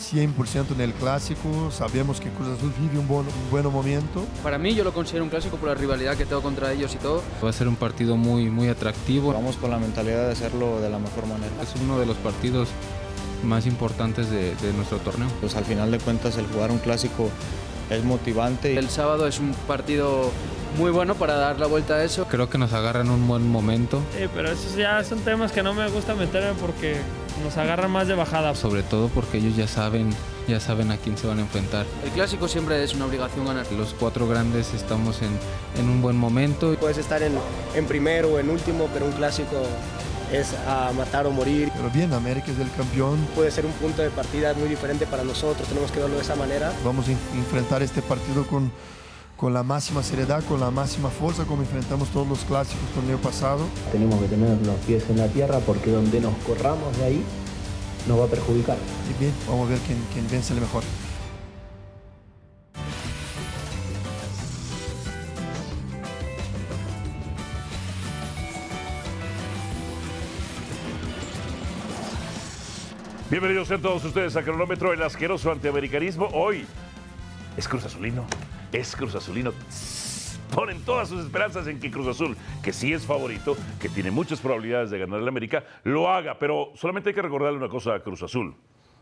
100% en el clásico. Sabemos que Cruz Azul vive un, buen, un buen momento. Para mí yo lo considero un clásico por la rivalidad que tengo contra ellos y todo. Va a ser un partido muy, muy atractivo. Vamos con la mentalidad de hacerlo de la mejor manera. Es uno de los partidos más importantes de, de nuestro torneo. Pues al final de cuentas el jugar un clásico es motivante. El sábado es un partido muy bueno para dar la vuelta a eso. Creo que nos agarran un buen momento. Sí, pero esos ya son temas que no me gusta meterme porque nos agarran más de bajada. Sobre todo porque ellos ya saben, ya saben a quién se van a enfrentar. El clásico siempre es una obligación ganar. Los cuatro grandes estamos en, en un buen momento. Puedes estar en, en primero o en último, pero un clásico es a matar o morir. Pero bien, América es el campeón. Puede ser un punto de partida muy diferente para nosotros, tenemos que verlo de esa manera. Vamos a enfrentar este partido con con la máxima seriedad, con la máxima fuerza, como enfrentamos todos los clásicos torneo pasado. Tenemos que tener los pies en la tierra porque donde nos corramos de ahí nos va a perjudicar. Y bien, vamos a ver quién, quién vence el mejor. Bienvenidos a todos ustedes a Cronómetro, el asqueroso antiamericanismo. Hoy es Cruz Azulino es Cruz Azulino. Ponen todas sus esperanzas en que Cruz Azul, que sí es favorito, que tiene muchas probabilidades de ganar el América, lo haga. Pero solamente hay que recordarle una cosa a Cruz Azul.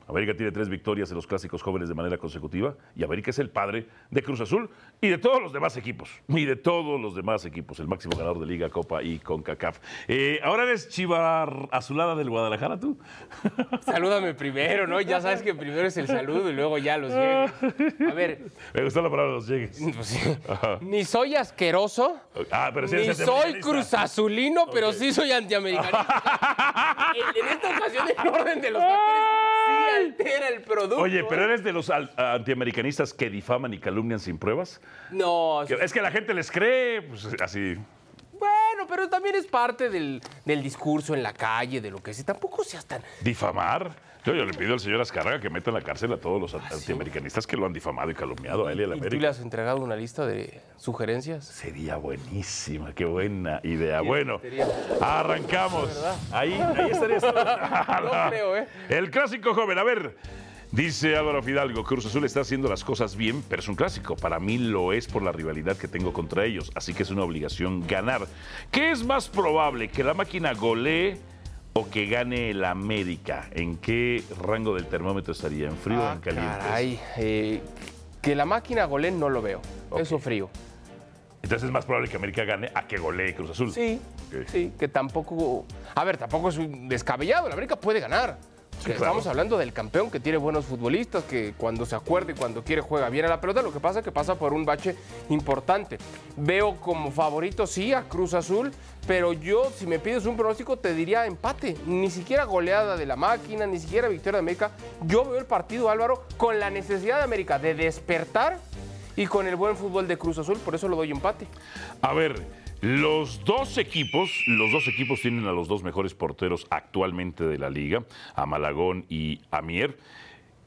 América tiene tres victorias en los clásicos jóvenes de manera consecutiva y América es el padre de Cruz Azul y de todos los demás equipos. Y de todos los demás equipos, el máximo ganador de Liga, Copa y CONCACAF. Eh, ¿Ahora eres chivar azulada del Guadalajara tú? Salúdame primero, ¿no? Ya sabes que primero es el saludo y luego ya los llegues. A ver. Me gustó la palabra los llegues. Pues, ni soy asqueroso. Ah, pero sí ni soy Cruz Azulino, pero okay. sí soy antiamericanista. en, en, esta ocasión, el orden de los factores altera el producto. Oye, pero eres de los antiamericanistas que difaman y calumnian sin pruebas. No. Es que la gente les cree, pues así. Bueno, pero también es parte del, del discurso en la calle, de lo que sea. Tampoco seas tan. ¿Difamar? Yo, yo, le pido al señor Azcárraga que meta en la cárcel a todos los antiamericanistas que lo han difamado y calumniado a él y a la América. Ah, ¿Y tú le has entregado una lista de sugerencias? Sería buenísima, qué buena idea. bueno, arrancamos. Ahí, ahí estaría. no creo, ¿eh? El clásico joven, a ver. Dice Álvaro Fidalgo, Cruz Azul está haciendo las cosas bien, pero es un clásico. Para mí lo es por la rivalidad que tengo contra ellos, así que es una obligación ganar. ¿Qué es más probable? ¿Que la máquina golee o que gane el América? ¿En qué rango del termómetro estaría? ¿En frío ah, o en caliente? Caray, eh, que la máquina golee no lo veo. Okay. Eso frío. Entonces es más probable que América gane a que golee Cruz Azul. Sí, okay. sí, que tampoco... A ver, tampoco es un descabellado. La América puede ganar. Sí, claro. Estamos hablando del campeón que tiene buenos futbolistas, que cuando se acuerda y cuando quiere juega bien a la pelota. Lo que pasa es que pasa por un bache importante. Veo como favorito, sí, a Cruz Azul, pero yo, si me pides un pronóstico, te diría empate. Ni siquiera goleada de la máquina, ni siquiera victoria de América. Yo veo el partido, Álvaro, con la necesidad de América de despertar y con el buen fútbol de Cruz Azul. Por eso lo doy empate. A ver, los dos equipos, los dos equipos tienen a los dos mejores porteros actualmente de la liga, a Malagón y a Mier.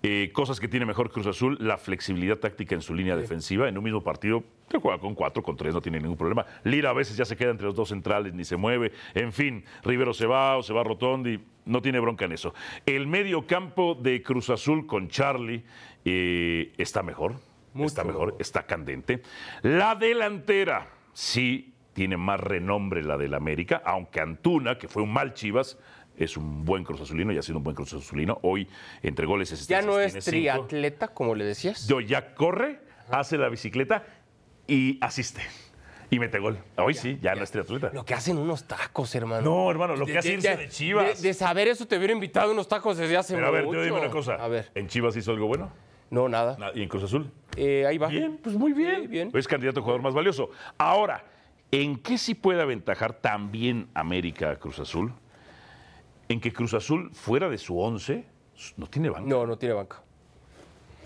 Eh, cosas que tiene mejor Cruz Azul, la flexibilidad táctica en su línea sí. defensiva. En un mismo partido te juega con cuatro, con tres, no tiene ningún problema. Lira a veces ya se queda entre los dos centrales, ni se mueve. En fin, Rivero se va o se va Rotondi, no tiene bronca en eso. El medio campo de Cruz Azul con Charlie eh, está mejor, Mucho. está mejor, está candente. La delantera, sí, tiene más renombre la del América, aunque Antuna, que fue un mal Chivas, es un buen Cruz Azulino y ha sido un buen Cruz Azulino. Hoy entre goles es Ya no es triatleta, cinco. como le decías. Yo ya corre, Ajá. hace la bicicleta y asiste. Y mete gol. Hoy ya, sí, ya, ya, no es triatleta. Lo que hacen unos tacos, hermano. No, hermano, lo que hacen de, de, Chivas. De, de, saber eso te hubiera invitado unos tacos desde hace Pero a ver, mucho. te dime una cosa. A ver. ¿En Chivas hizo algo bueno? Ah, No, nada. ¿Y en Cruz Azul? Eh, ahí va. Pues Bien, pues muy bien. Sí, bien. Hoy es candidato a jugador más valioso. Ahora, ¿En qué sí puede aventajar también América a Cruz Azul? En que Cruz Azul, fuera de su 11, no tiene banca. No, no tiene banca.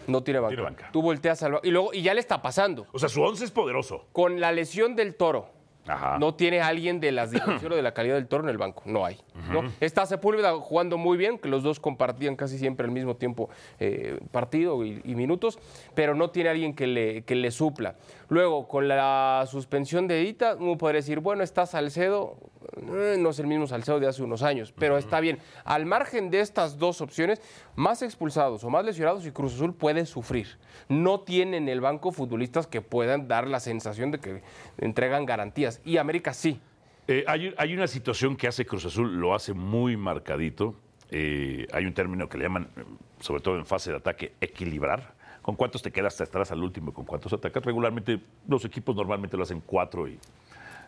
No tiene banca. Tiene banca. Tú volteas al ba- y luego y ya le está pasando. O sea, su 11 es poderoso. Con la lesión del toro, Ajá. no tiene alguien de las dimensiones o de la calidad del toro en el banco. No hay. ¿no? Está Sepúlveda jugando muy bien, que los dos compartían casi siempre al mismo tiempo eh, partido y, y minutos, pero no tiene alguien que le, que le supla. Luego, con la suspensión de Edita, uno podría decir, bueno, está Salcedo, eh, no es el mismo Salcedo de hace unos años, pero está bien. Al margen de estas dos opciones, más expulsados o más lesionados y Cruz Azul puede sufrir. No tienen en el banco futbolistas que puedan dar la sensación de que entregan garantías. Y América sí. Eh, hay, hay una situación que hace Cruz Azul, lo hace muy marcadito. Eh, hay un término que le llaman, eh, sobre todo en fase de ataque, equilibrar. ¿Con cuántos te quedas hasta atrás al último? y ¿Con cuántos atacas? Regularmente los equipos normalmente lo hacen cuatro y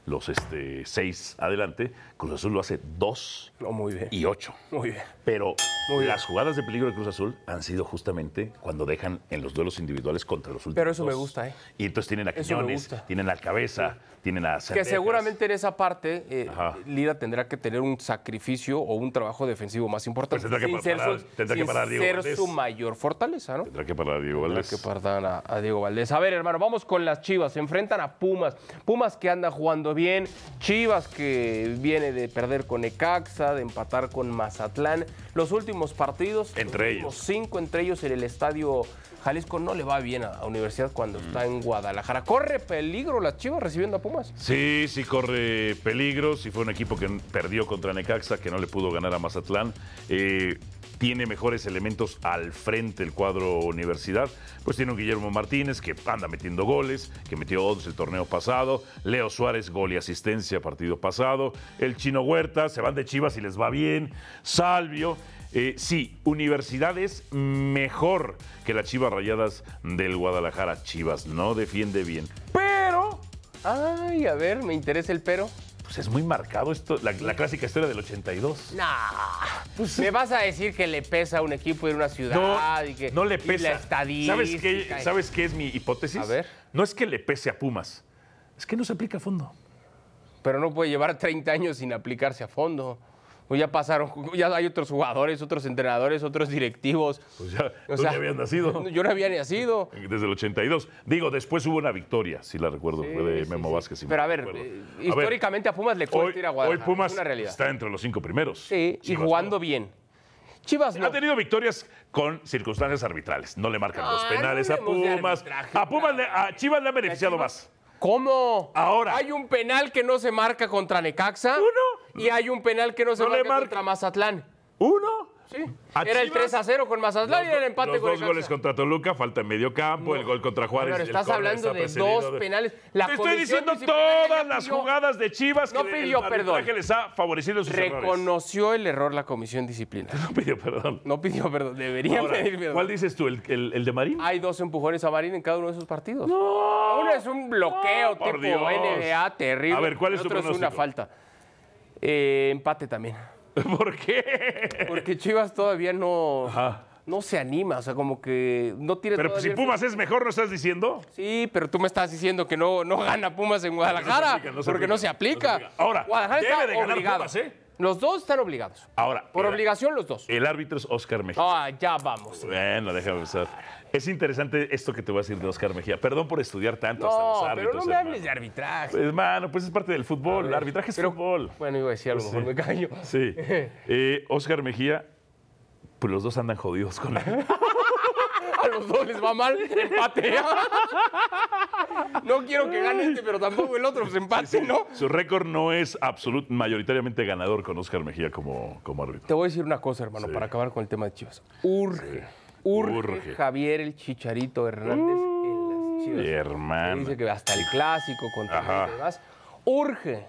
los este, seis adelante. Cruz Azul lo hace dos No, muy bien. y ocho. Muy bien. Pero Muy bien. las jugadas de peligro de Cruz Azul han sido justamente cuando dejan en los duelos individuales contra los últimos. Pero eso me dos. gusta, ¿eh? Y entonces tienen a Eso me Quiñones, gusta. tienen a Cabeza, tienen a Que Cendejas. seguramente en esa parte eh, Ajá. Lira tendrá que tener un sacrificio o un trabajo defensivo más importante. Pues tendrá que sin ser, parar- su, tendrá que sin parar a Diego ser Valdés. su mayor fortaleza, ¿no? Tendrá que parar Diego Tendrá Valdés. que pardar a, a Diego Valdés. A ver, hermano, vamos con las Chivas. Se enfrentan a Pumas. Pumas que anda jugando bien. Chivas que viene de perder con Ecaxa, de empatar con Mazatlán. Los últimos partidos. Entre los ellos. últimos Cinco entre ellos en el estadio Jalisco. No le va bien a, a Universidad Mm. cuando está en Guadalajara. Corre peligro las Chivas recibiendo a Pumas. Sí, sí corre peligro. Sí fue un equipo que perdió contra Necaxa, que no le pudo ganar a Mazatlán. Eh, tiene mejores elementos al frente el cuadro Universidad. Pues tiene un Guillermo Martínez que anda metiendo goles, que metió 11 el torneo pasado. Leo Suárez, gol y asistencia partido pasado. El Chino Huerta, se van de Chivas y les va bien. Salvio. Eh, sí, Universidad es mejor que las Chivas Rayadas del Guadalajara. Chivas no defiende bien. Pero. Ay, a ver, me interesa el pero. Pues es muy marcado esto, la, la clásica historia del 82. Nah. me vas a decir que le pesa a un equipo de una ciudad y que Pues, no le y pesa. la estadística. ¿Sabes qué, y- ¿Sabes qué es mi hipótesis? A ver. No es que le pese a Pumas, es que no se aplica a fondo. Pero no puede llevar 30 años sin aplicarse a fondo. O ya pasaron, ya hay otros jugadores, otros entrenadores, otros directivos. Pues ya, O tú sea, ya habías nacido. Yo no había nacido. Desde el 82. Digo, después hubo una victoria, si la recuerdo, fue de Memo Vázquez. si Pero mal a ver, recuerdo. eh, A ver, históricamente a Pumas le hoy, cuesta ir a hoy Guadalajara. Pumas es una realidad. está entre los cinco primeros. sí, y Chivas, jugando ¿no? bien. Chivas no. Ha tenido victorias con circunstancias arbitrales. No le marcan los Ah, penales no a hablemos de Pumas. arbitraje, A Pumas, le- claro. a Chivas le ha beneficiado más. ¿Cómo? Ahora. Hay un penal que no se marca contra Necaxa. Uno. Y hay un penal que no se No le marca marca. contra Mazatlán. Uno. Sí. A Era el Chivas, 3 a 0 con Mazatlán y Los, era el do- empate los con dos Necaxa. goles contra Toluca, falta en medio campo, el gol contra Juárez. Pero el estás córner hablando está de precedido dos de- penales. La Te estoy comisión diciendo disciplinaria todas ya las pidió- jugadas de Chivas No que pidió el arbitraje perdón. les ha favorecido en sus errores. Reconoció el error la comisión disciplinaria. No pidió perdón. No pidió perdón, debería Ahora, pedir perdón. ¿Cuál dices tú? ¿El, el- el de Marín? Hay dos empujones a Marín en cada uno de esos partidos. ¡No! Uno es un bloqueo No, por tipo Dios. NBA terrible. A ver, ¿cuál es el tu otro es una pronóstico? falta. Eh, empate también. ¿Por qué? Porque Chivas todavía no, Ajá. no se anima, o sea, como que no tiene Pero pues, todavía si el- Pumas es mejor, ¿no estás diciendo? Sí, pero tú me estás diciendo que no, no gana Pumas en No se Guadalajara aplica, no se porque no se aplica, no aplica. se aplica. Ahora, Guadalajara debe está de ganar obligado. Pumas, ¿eh? Los dos están obligados. Ahora, Por mira, obligación los dos. El árbitro es Oscar Mejía. Ah, ya vamos. Bueno, déjame pensar. Es interesante esto que te voy a decir de Oscar Mejía. Perdón por estudiar tanto hasta los No, árbitros. pero no me hermano. hables de arbitraje. Pues, Hermano, pues es parte del fútbol. El arbitraje es fútbol. Bueno, iba a decir, a lo Pues mejor sí. me callo. Sí. Eh, Oscar Mejía, pues los dos andan jodidos con él. A los dos les va mal, empate. No quiero que gane este, pero tampoco el otro, pues empate, ¿no? Su récord no es absolut, mayoritariamente ganador con Oscar Mejía como, como árbitro. Te voy a decir una cosa, hermano, Sí. para acabar con el tema de Chivas. Urge, urge, Urge. Javier el Chicharito Hernández en las Chivas. Y hermano. Dice que hasta el clásico contra Ajá. los demás. Urge,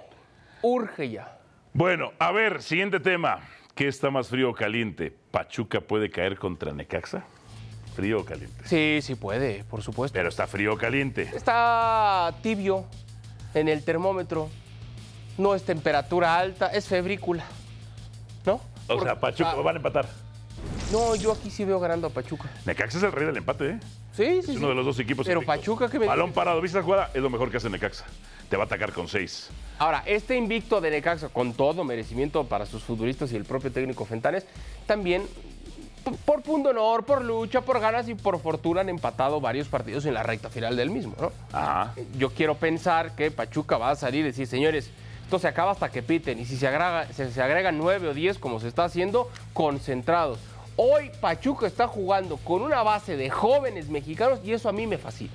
urge ya. Bueno, a ver, siguiente tema. ¿Qué está más frío o caliente? ¿Pachuca puede caer contra Necaxa? Frío o caliente. Sí, sí puede, por supuesto. Pero está frío o caliente. Está tibio en el termómetro. No es temperatura alta, es febrícula. ¿No? O sea, Pachuca van a empatar. No, yo aquí sí veo ganando a Pachuca. Necaxa es el rey del empate, ¿eh? Sí, sí. Es uno sí. de los dos equipos. Pero invictos. Pachuca, ¿qué me Balón parado, vista jugada, es lo mejor que hace Necaxa. te va a atacar con seis. Ahora, este invicto de Necaxa, con todo merecimiento para sus futbolistas y el propio técnico Fentanes, también p- por punto honor, por lucha, por ganas y por fortuna han empatado varios partidos en la recta final del mismo, ¿no? Ajá. Yo quiero pensar que Pachuca va a salir y decir, señores, esto se acaba hasta que piten. Y si se, agrega, se, se agregan 9 o 10, como se está haciendo, concentrados. Hoy Pachuca está jugando con una base de jóvenes mexicanos y eso a mí me fascina.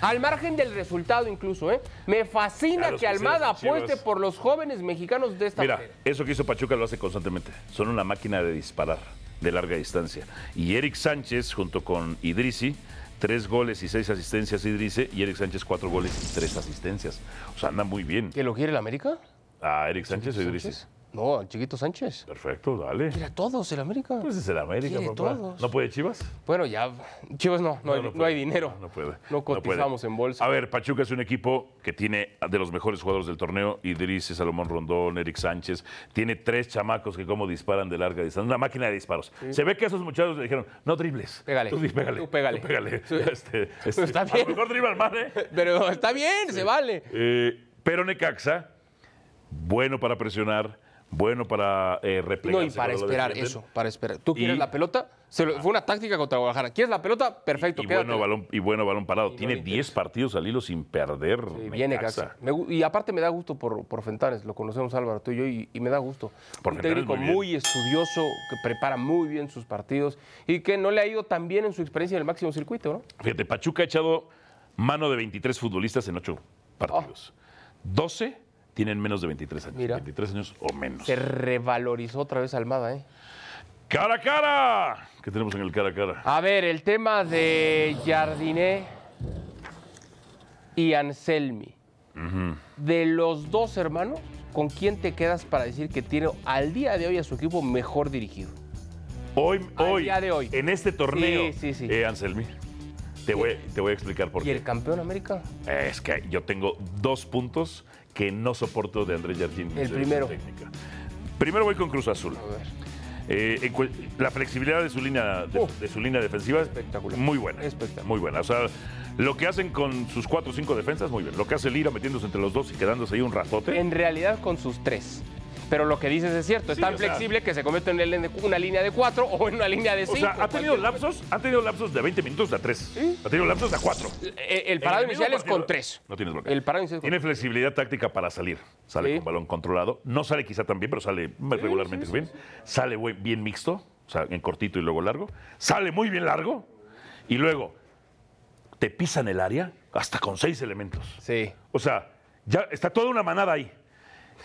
Al margen del resultado incluso, ¿eh? Me A fascina los que Almada que se- apueste Chivas. por los jóvenes mexicanos de esta Mira, manera. eso que hizo Pachuca lo hace constantemente. Son una máquina de disparar de larga distancia. Y Eric Sánchez, junto con Idrisi, tres goles y seis asistencias Idrisi, y Eric Sánchez cuatro goles y tres asistencias. O sea, anda muy bien. ¿Que lo quiere el América? ¿A Eric Sánchez o Idrisi? No, al chiquito Sánchez. Perfecto, dale. Quiere a todos el América. Pues es el América, Quiere papá. todos. ¿No puede Chivas? Bueno, ya, Chivas no, no, hay, no puede. hay dinero. No, no puede. No puede. cotizamos en bolsa. A ver, Pachuca es un equipo que tiene de los mejores jugadores del torneo. Idris, Salomón Rondón, Eric Sánchez. Tiene tres chamacos que como disparan de larga distancia. Una máquina de disparos. Se ve que a esos muchachos le dijeron, no dribles. Pégale. Tú, di- pégale. Tú pégale. Sí. Pues Este, este, Está A bien. lo mejor dribla al mal, ¿eh? Pero está bien, se vale. Eh, Pero Necaxa, bueno para presionar, bueno para eh, No, replegarse y para cuando lo esperar, defienden. eso, para esperar. ¿Tú quieres Y- la pelota? Se lo- fue una táctica contra Guadalajara. ¿Quieres la pelota? Perfecto, y, quédatela. bueno balón, y bueno balón parado. Tiene le 10 partidos al hilo sin perder. Sí, viene Necaxa. Necaxa. Me gu- y aparte me da gusto por, por Fentanes, lo conocemos Álvaro, tú y yo, y, y me da gusto. Por un Fentanes, técnico muy bien. muy, estudioso, que prepara muy bien sus partidos y que no le ha ido tan bien en su experiencia en el máximo circuito, ¿no? Fíjate, Pachuca ha echado mano de 23 futbolistas en 8 partidos. 12 tienen menos de 23 años. Oh. Mira. 23 años o menos. Se revalorizó otra vez Almada, ¿eh? ¡Cara a cara! ¿Qué tenemos en el cara a cara? A ver, el tema de Jardiné y Anselmi. De los dos hermanos, ¿con quién te quedas para decir que tiene al día de hoy a su equipo mejor dirigido? Hoy, Al hoy, día de hoy. en este torneo, Sí, sí, sí. eh, Anselmi, te voy, te voy a explicar por ¿Y el qué. campeón América? Eh, Es que yo tengo dos puntos que no soporto de Andrés Jardín. El primero. Primero voy con Cruz Azul. A ver, Eh, en cu- la flexibilidad de su línea de, Uh. de su línea defensiva es Espectacular. muy buena. Espectacular. Muy buena. O sea, lo que hacen con sus cuatro o cinco defensas, muy bien. Lo que hace Lira metiéndose entre los dos y quedándose ahí un ratote. en realidad con sus tres. Pero lo que dices es cierto, es Sí, tan o sea- flexible que se convierte en el- una línea de cuatro o en una línea de o cinco. sea, ha tenido cualquier- lapsos, ha tenido lapsos de 20 minutos de a 3. Ha tenido lapsos de a 4. Eh, El parado inicial es con tres. No tienes bloqueo. El parado inicial es con Tiene flexibilidad táctica para salir. Sale Sí. con balón controlado. No sale quizá tan bien, pero sale regularmente bien. Sale buen- bien mixto, o sea, en cortito y luego largo. Sale muy bien largo. Y luego te pisan el área hasta con seis elementos. Sí. O sea, ya está toda una manada ahí.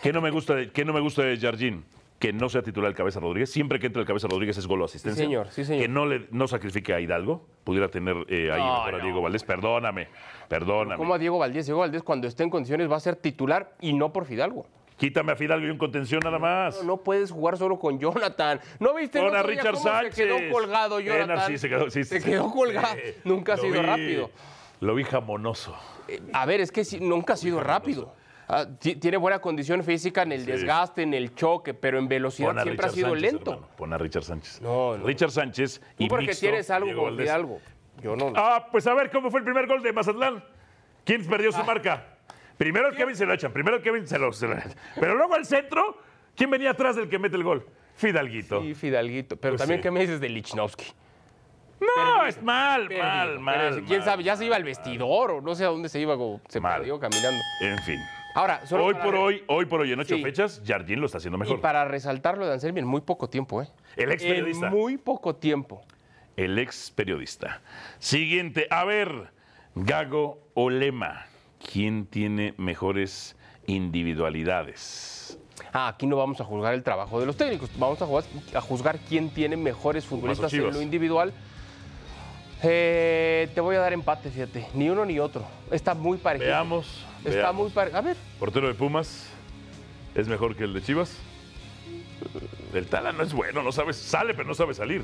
¿Qué no me gusta de, qué no me gusta de Jardín? Que no sea titular el Cabeza Rodríguez. Siempre que entre el Cabeza Rodríguez es gol o asistencia. señor, sí, señor. Que no, le, no sacrifique a Hidalgo. Pudiera tener eh, ahí No, mejor a no. Diego Valdés. Perdóname, perdóname. ¿Cómo a Diego Valdés? Diego Valdés cuando esté en condiciones va a ser titular y no por Fidalgo. Quítame a Fidalgo y un contención nada más. No, no puedes jugar solo con Jonathan. ¿No viste el Pon a otro día Richard cómo Sánchez. se quedó colgado Jonathan? Pena, sí, se quedó, sí, Se sí, quedó sí. colgado. Sí. Nunca ha Lo sido vi- rápido. Lo vi jamonoso. Eh, A ver, es que sí, nunca ha sido rápido. Ah, ti- tiene buena condición física en el desgaste, en el choque, pero en velocidad Pon a siempre ha Richard sido Sánchez, lento. hermano. Pon a Richard Sánchez. No, no. Richard Sánchez Tú y porque mixto, tienes algo Diego con Valdés. Fidalgo. Yo no. Ah, pues a ver cómo fue el primer gol de Mazatlán. ¿Quién perdió Ah. su marca? Primero el Kevin se lo echan, primero el Kevin se lo, se lo echan. Pero luego al centro, ¿quién venía atrás del que mete el gol? Fidalguito. Sí, Fidalguito. Pero Pues también, sí. ¿qué me dices de Lichnowsky? no, es mal, Perdido. mal, Pero mal. si- ¿Quién mal. sabe? Ya se iba al vestidor o no sé a dónde se iba. como Se Mal. perdió caminando. En fin. Ahora, solo Hoy para- por hoy, hoy por hoy, en ocho Sí. fechas, Jardín lo está haciendo Y mejor. para resaltar lo de Anselmi en muy poco tiempo, ¿eh? El ex periodista. En muy poco tiempo. El ex periodista. Siguiente, a ver, Gago Olema. ¿Quién tiene mejores individualidades? Ah, aquí no vamos a juzgar el trabajo de los técnicos, vamos a jugar- a juzgar, quién tiene mejores futbolistas en Chivas. lo individual. Eh, te voy a dar empate, fíjate, ni uno ni otro. Está muy parecido. Veamos. Está veamos. muy parecido. A ver, Portero de Pumas es mejor que el de Chivas. El Tala no es bueno, no sabes, sale pero no sabe salir.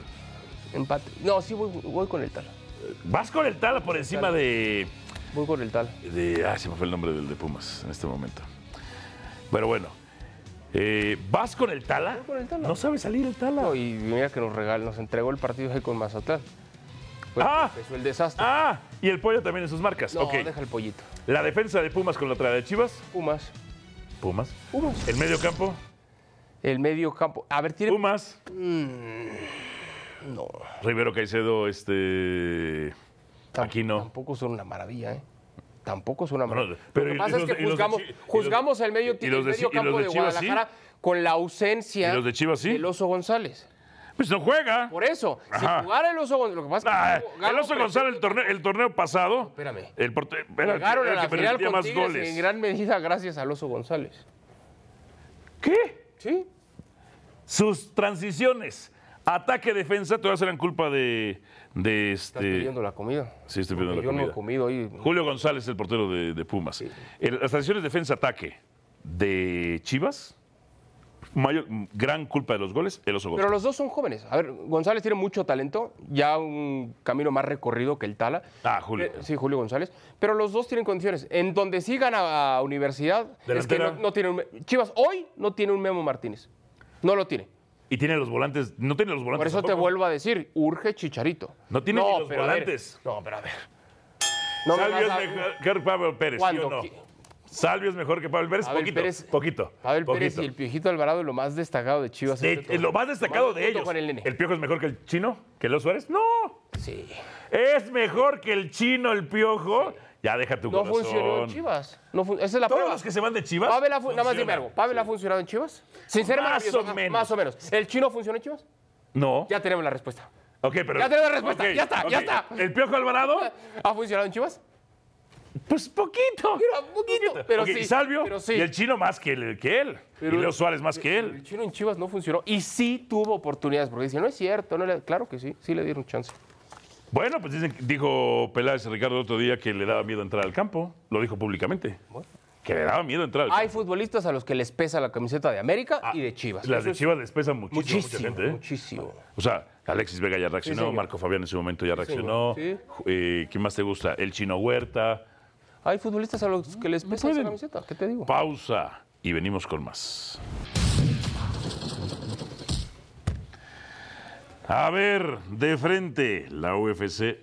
empate. No, sí voy, voy con el tal. Vas con el Tala por encima de, Voy con el tal. de- ah, se me fue el nombre del de Pumas en este momento. Pero bueno, eh, vas con el Tala, con el Tala. no sabe salir el Tala. No, y mira que nos regal, nos entregó el partido ahí con Mazatlán. Fue, Ah. empezó el desastre. Ah, y el pollo también en sus marcas. no, ok, deja el pollito. La defensa de Pumas contra la de Chivas. Pumas. Pumas. Pumas. El medio campo. El medio campo. A ver, tiene. Pumas. Mm, No. Rivero Caicedo, este. Tam- Aquí no. Tampoco son una maravilla, ¿eh? Tampoco son una Bueno, maravilla. pero Lo y- que y pasa los es de- que y los de juzgamos, Chi- y los- juzgamos el medio, y los el de medio Chi- y los campo de de, Chivas, sí. Guadalajara con la ausencia ¿Y los de Chivas, sí? del Oso González. Pues no juega. Por eso, Ajá. si jugara el Oso González, lo que Ah, pasa es que... el Oso González, el torneo, el torneo pasado. Espérame. El portero. Era el que- Llegaron era a el la que final permitía con más Tigres goles. en gran medida gracias al Oso González. ¿Qué? ¿Sí? Sus transiciones. Ataque, defensa, todas eran culpa de. de Estás este. pidiendo la comida. Sí, estoy pidiendo Porque la comida. Yo no he comido hoy. Julio González, el portero de, de Pumas. El- las transiciones defensa-ataque de Chivas, mayor- gran culpa de los goles, el oso Pero González. los dos son jóvenes. A ver, González tiene mucho talento, ya un camino más recorrido que el Tala. Ah, Julio. Eh, sí, Julio González. Pero los dos tienen condiciones. En donde sigan a, a universidad, es que Delantera. no, no tiene un. Chivas hoy no tiene un Memo Martínez. No lo tiene. Y tiene los volantes, no tiene los volantes. Por eso te tampoco. vuelvo a decir, urge Chicharito. No tiene ni los pero a ver, volantes. no, pero a ver. No me Salvio es vas a- mejor que Pablo Pérez, ¿sí ¿Cuándo? o no? ¿Qui- Salvio es mejor que Pablo Pérez, Pavel poquito, Pérez- poquito. Pavel Pérez y el poquito. Piojito Alvarado, lo más destacado de Chivas. De- este torneo. lo más destacado Tomando de junto ellos. con el nene. Piojo es mejor que el chino? ¿Que los Suárez? ¡No! Sí. Es mejor que el chino, el Piojo. Ya deja tu No corazón. funcionó en Chivas. No fun- Esa es la Todos prueba. los que se van de Chivas Pavel ha fu- nada más dime funcionan. algo. ¿Pavel ha funcionado en Chivas? Sinceramente, Más o menos. más o menos. ¿El chino funcionó en Chivas? No. Ya tenemos la respuesta. Ok, pero. Ya tenemos la respuesta, Ok, ya está, ya ok. está. ¿El Piojo Alvarado? ¿Ha funcionado en Chivas? Pues poquito. Mira, un poquito. Pero Ok, sí. Salvio Pero sí. y el chino más que, el- que él. Pero- y Leo Suárez más que El él. chino en Chivas no funcionó. Y sí tuvo oportunidades. Porque dicen, no es cierto. no le- Claro que sí. Sí le dieron chance. Bueno, pues dicen, dijo Peláez Ricardo el otro día que le daba miedo entrar al campo. Lo dijo públicamente. Que le daba miedo entrar al Hay campo. futbolistas a los que les pesa la camiseta de América y de Chivas. Ah, Las Eso de es Chivas les pesan muchísimo, a Muchísimo. mucha gente. ¿eh? Muchísimo. O sea, Alexis Vega ya reaccionó, señor. Marco Fabián en su momento ya reaccionó. señor. Sí. Ju- eh, ¿Quién más te gusta? El Chino Huerta. Hay futbolistas a los que les pesa esa camiseta. ¿Qué te digo? Pausa y venimos con más. A ver, de frente, la UFC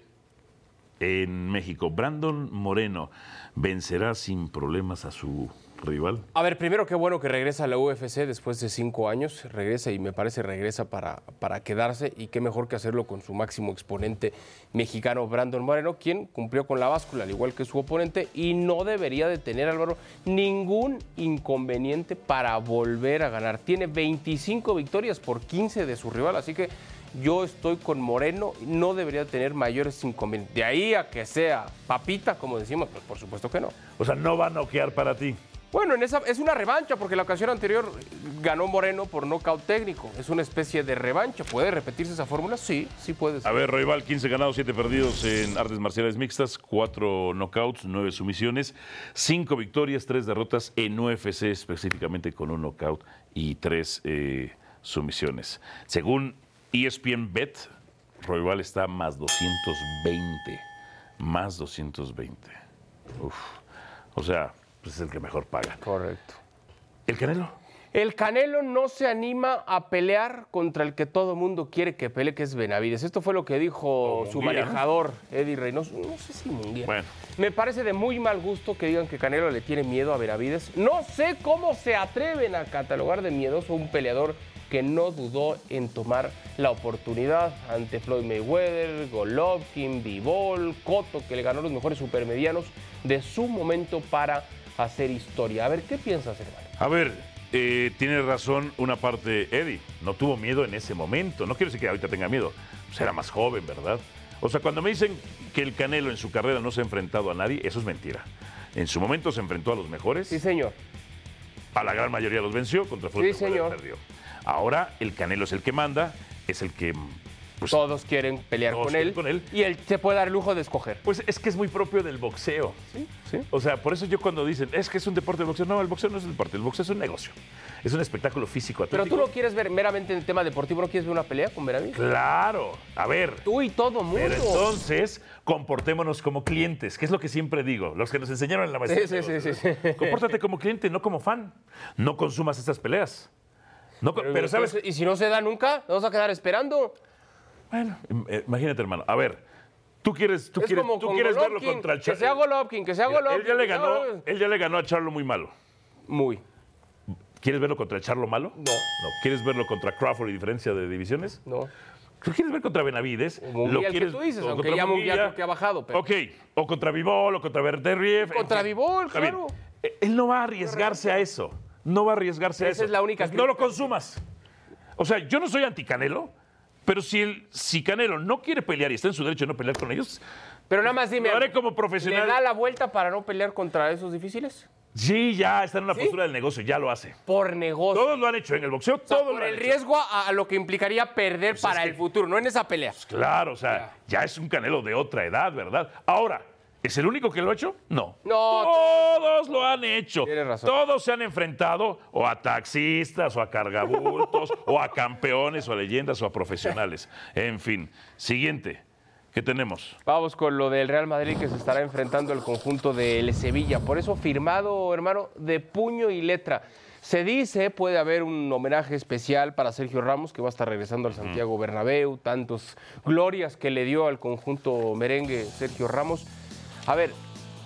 en México. Brandon Moreno vencerá sin problemas a su rival. A ver, primero qué bueno que regresa a la UFC después de cinco años. Regresa y me parece regresa para, para quedarse y qué mejor que hacerlo con su máximo exponente mexicano, Brandon Moreno, quien cumplió con la báscula, al igual que su oponente, y no debería de tener, Álvaro, ningún inconveniente para volver a ganar. Tiene 25 victorias por 15 de su rival, así que yo estoy con Moreno, no debería tener mayores inconvenientes. De ahí a que sea papita, como decimos, pues por supuesto que no. O sea, no va a noquear para ti. Bueno, en esa, es una revancha porque la ocasión anterior ganó Moreno por nocaut técnico. Es una especie de revancha. ¿Puede repetirse esa fórmula? Sí, sí puede A ser. ver, rival, 15 ganados, 7 perdidos en artes marciales mixtas, 4 knockouts, 9 sumisiones, 5 victorias, 3 derrotas en UFC específicamente con un knockout y 3 sumisiones. Según E ESPN Bet, rival está más 220. Más 220. Uf. O sea, pues es el que mejor paga. Correcto. ¿El Canelo? El Canelo no se anima a pelear contra el que todo mundo quiere que pelee, que es Benavides. Esto fue lo que dijo su Munguía, ¿no? manejador, Eddie Reynoso. No sé si Munguía. Bueno. Me parece de muy mal gusto que digan que Canelo le tiene miedo a Benavides. No sé cómo se atreven a catalogar de miedoso a un peleador que no dudó en tomar la oportunidad ante Floyd Mayweather, Golovkin, Bivol, Cotto, que le ganó los mejores supermedianos de su momento para hacer historia. A ver, ¿qué piensas, hermano? A ver, eh, tiene razón una parte Eddie. No tuvo miedo en ese momento. No quiero decir que ahorita tenga miedo. Pues era más joven, ¿verdad? O sea, cuando me dicen que el Canelo en su carrera no se ha enfrentado a nadie, eso es mentira. En su momento se enfrentó a los mejores. Sí, señor. A la gran mayoría los venció. Contra Floyd Sí, Mayweather señor. perdió. Ahora el Canelo es el que manda, es el que... Pues, todos quieren pelear todos con quieren él, con él. y él se puede dar el lujo de escoger. pues es que es muy propio del boxeo. Sí, sí. O sea, por eso yo cuando dicen, es que es un deporte de boxeo, no, el boxeo no es un deporte, el boxeo es un negocio. Es un espectáculo físico. Pero tú atlético. no quieres ver meramente el tema deportivo, no quieres ver una pelea con Benavides. Claro. A ver, Tú y todo mundo. Pero entonces, comportémonos como clientes, que es lo que siempre digo, los que nos enseñaron en la maestría. Sí, sí, sí, sí. Compórtate como cliente, no como fan. No consumas estas peleas. No co- pero, ¿sabes? entonces, Y si no se da nunca, nos vamos a quedar esperando. Bueno, im- eh, imagínate, em, hermano. A ver, Tú quieres, tú Es quieres, como tú con quieres verlo Golovkin, contra el que Charlo. sea Golovkin, que sea Él ya Golovkin, le que sea ganó, Golovkin. él ya le ganó a Charlo muy malo. Muy. ¿Quieres verlo contra el Charlo malo? No. ¿Quieres verlo contra Crawford y diferencia de divisiones? No. ¿Tú quieres ver contra Benavides? O Munguía, el que tú dices, aunque ya Munguía creo que ha bajado, pero- Ok, o contra Vivol, o contra Verderriev. Contra en fin. Bivol, Está bien. claro. Eh, Él no va a arriesgarse a eso. No va a arriesgarse a Esa eso. es la única Entonces, No lo crítica. consumas. O sea, yo no soy anticanelo, pero si, el, si Canelo no quiere pelear y está en su derecho de no pelear con ellos, Pero nada más dime. Lo haré como ¿Le profesional. da la vuelta para no pelear contra esos difíciles? sí, ya está en una postura del negocio, ya lo hace. Por negocio. Todos lo han hecho en el boxeo, O sea, todos por lo han el hecho. Pues riesgo a, a lo que implicaría perder para el futuro, no en esa pelea. Claro, o sea, ya es un Canelo de otra edad, ¿verdad? Ahora, ¿es el único que lo ha hecho? No. No, Todos lo han hecho. Tienes razón. Todos se han enfrentado o a taxistas, o a cargabultos, o a campeones, o a leyendas, o a profesionales. En fin. Siguiente. ¿Qué tenemos? Vamos con lo del Real Madrid que se estará enfrentando al conjunto del Sevilla. Por eso firmado, hermano, de puño y letra. Se dice, puede haber un homenaje especial para Sergio Ramos, que va a estar regresando al Santiago Bernabéu, tantos glorias que le dio al conjunto merengue Sergio Ramos. A ver,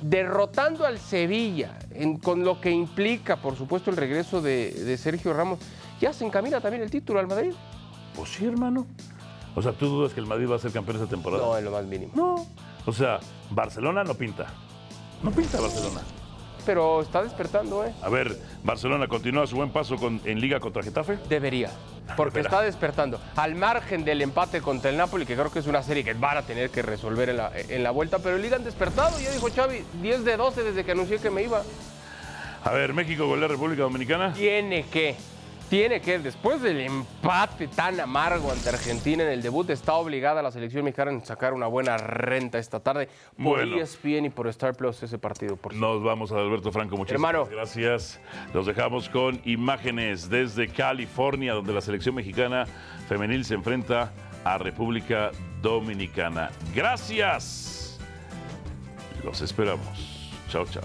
derrotando al Sevilla, en- con lo que implica, por supuesto, el regreso de, de Sergio Ramos, ya se encamina también el título al Madrid. Pues sí, hermano. O sea, ¿tú dudas que el Madrid va a ser campeón esta temporada? No, eh. en lo más mínimo. No. O sea, Barcelona no pinta. No pinta Barcelona. Pero está despertando, ¿eh? A ver, Barcelona continúa su buen paso con- en liga contra Getafe. Debería. Porque Espera. está despertando. Al margen del empate contra el Napoli, que creo que es una serie que van a tener que resolver en la, en la vuelta, pero el Liga han despertado. Ya dijo Xavi, 10 de 12 desde que anuncié que me iba. A ver, México golea a República Dominicana. Tiene que, tiene que, después del empate tan amargo ante Argentina en el debut, está obligada la selección mexicana a sacar una buena renta esta tarde por E Bueno. ESPN y por Star Plus ese partido. Por Nos vamos a Alberto Franco, muchísimas Hermano. gracias. Los dejamos con imágenes desde California, donde la selección mexicana femenil se enfrenta a República Dominicana. Gracias. Los esperamos. Chao, chao.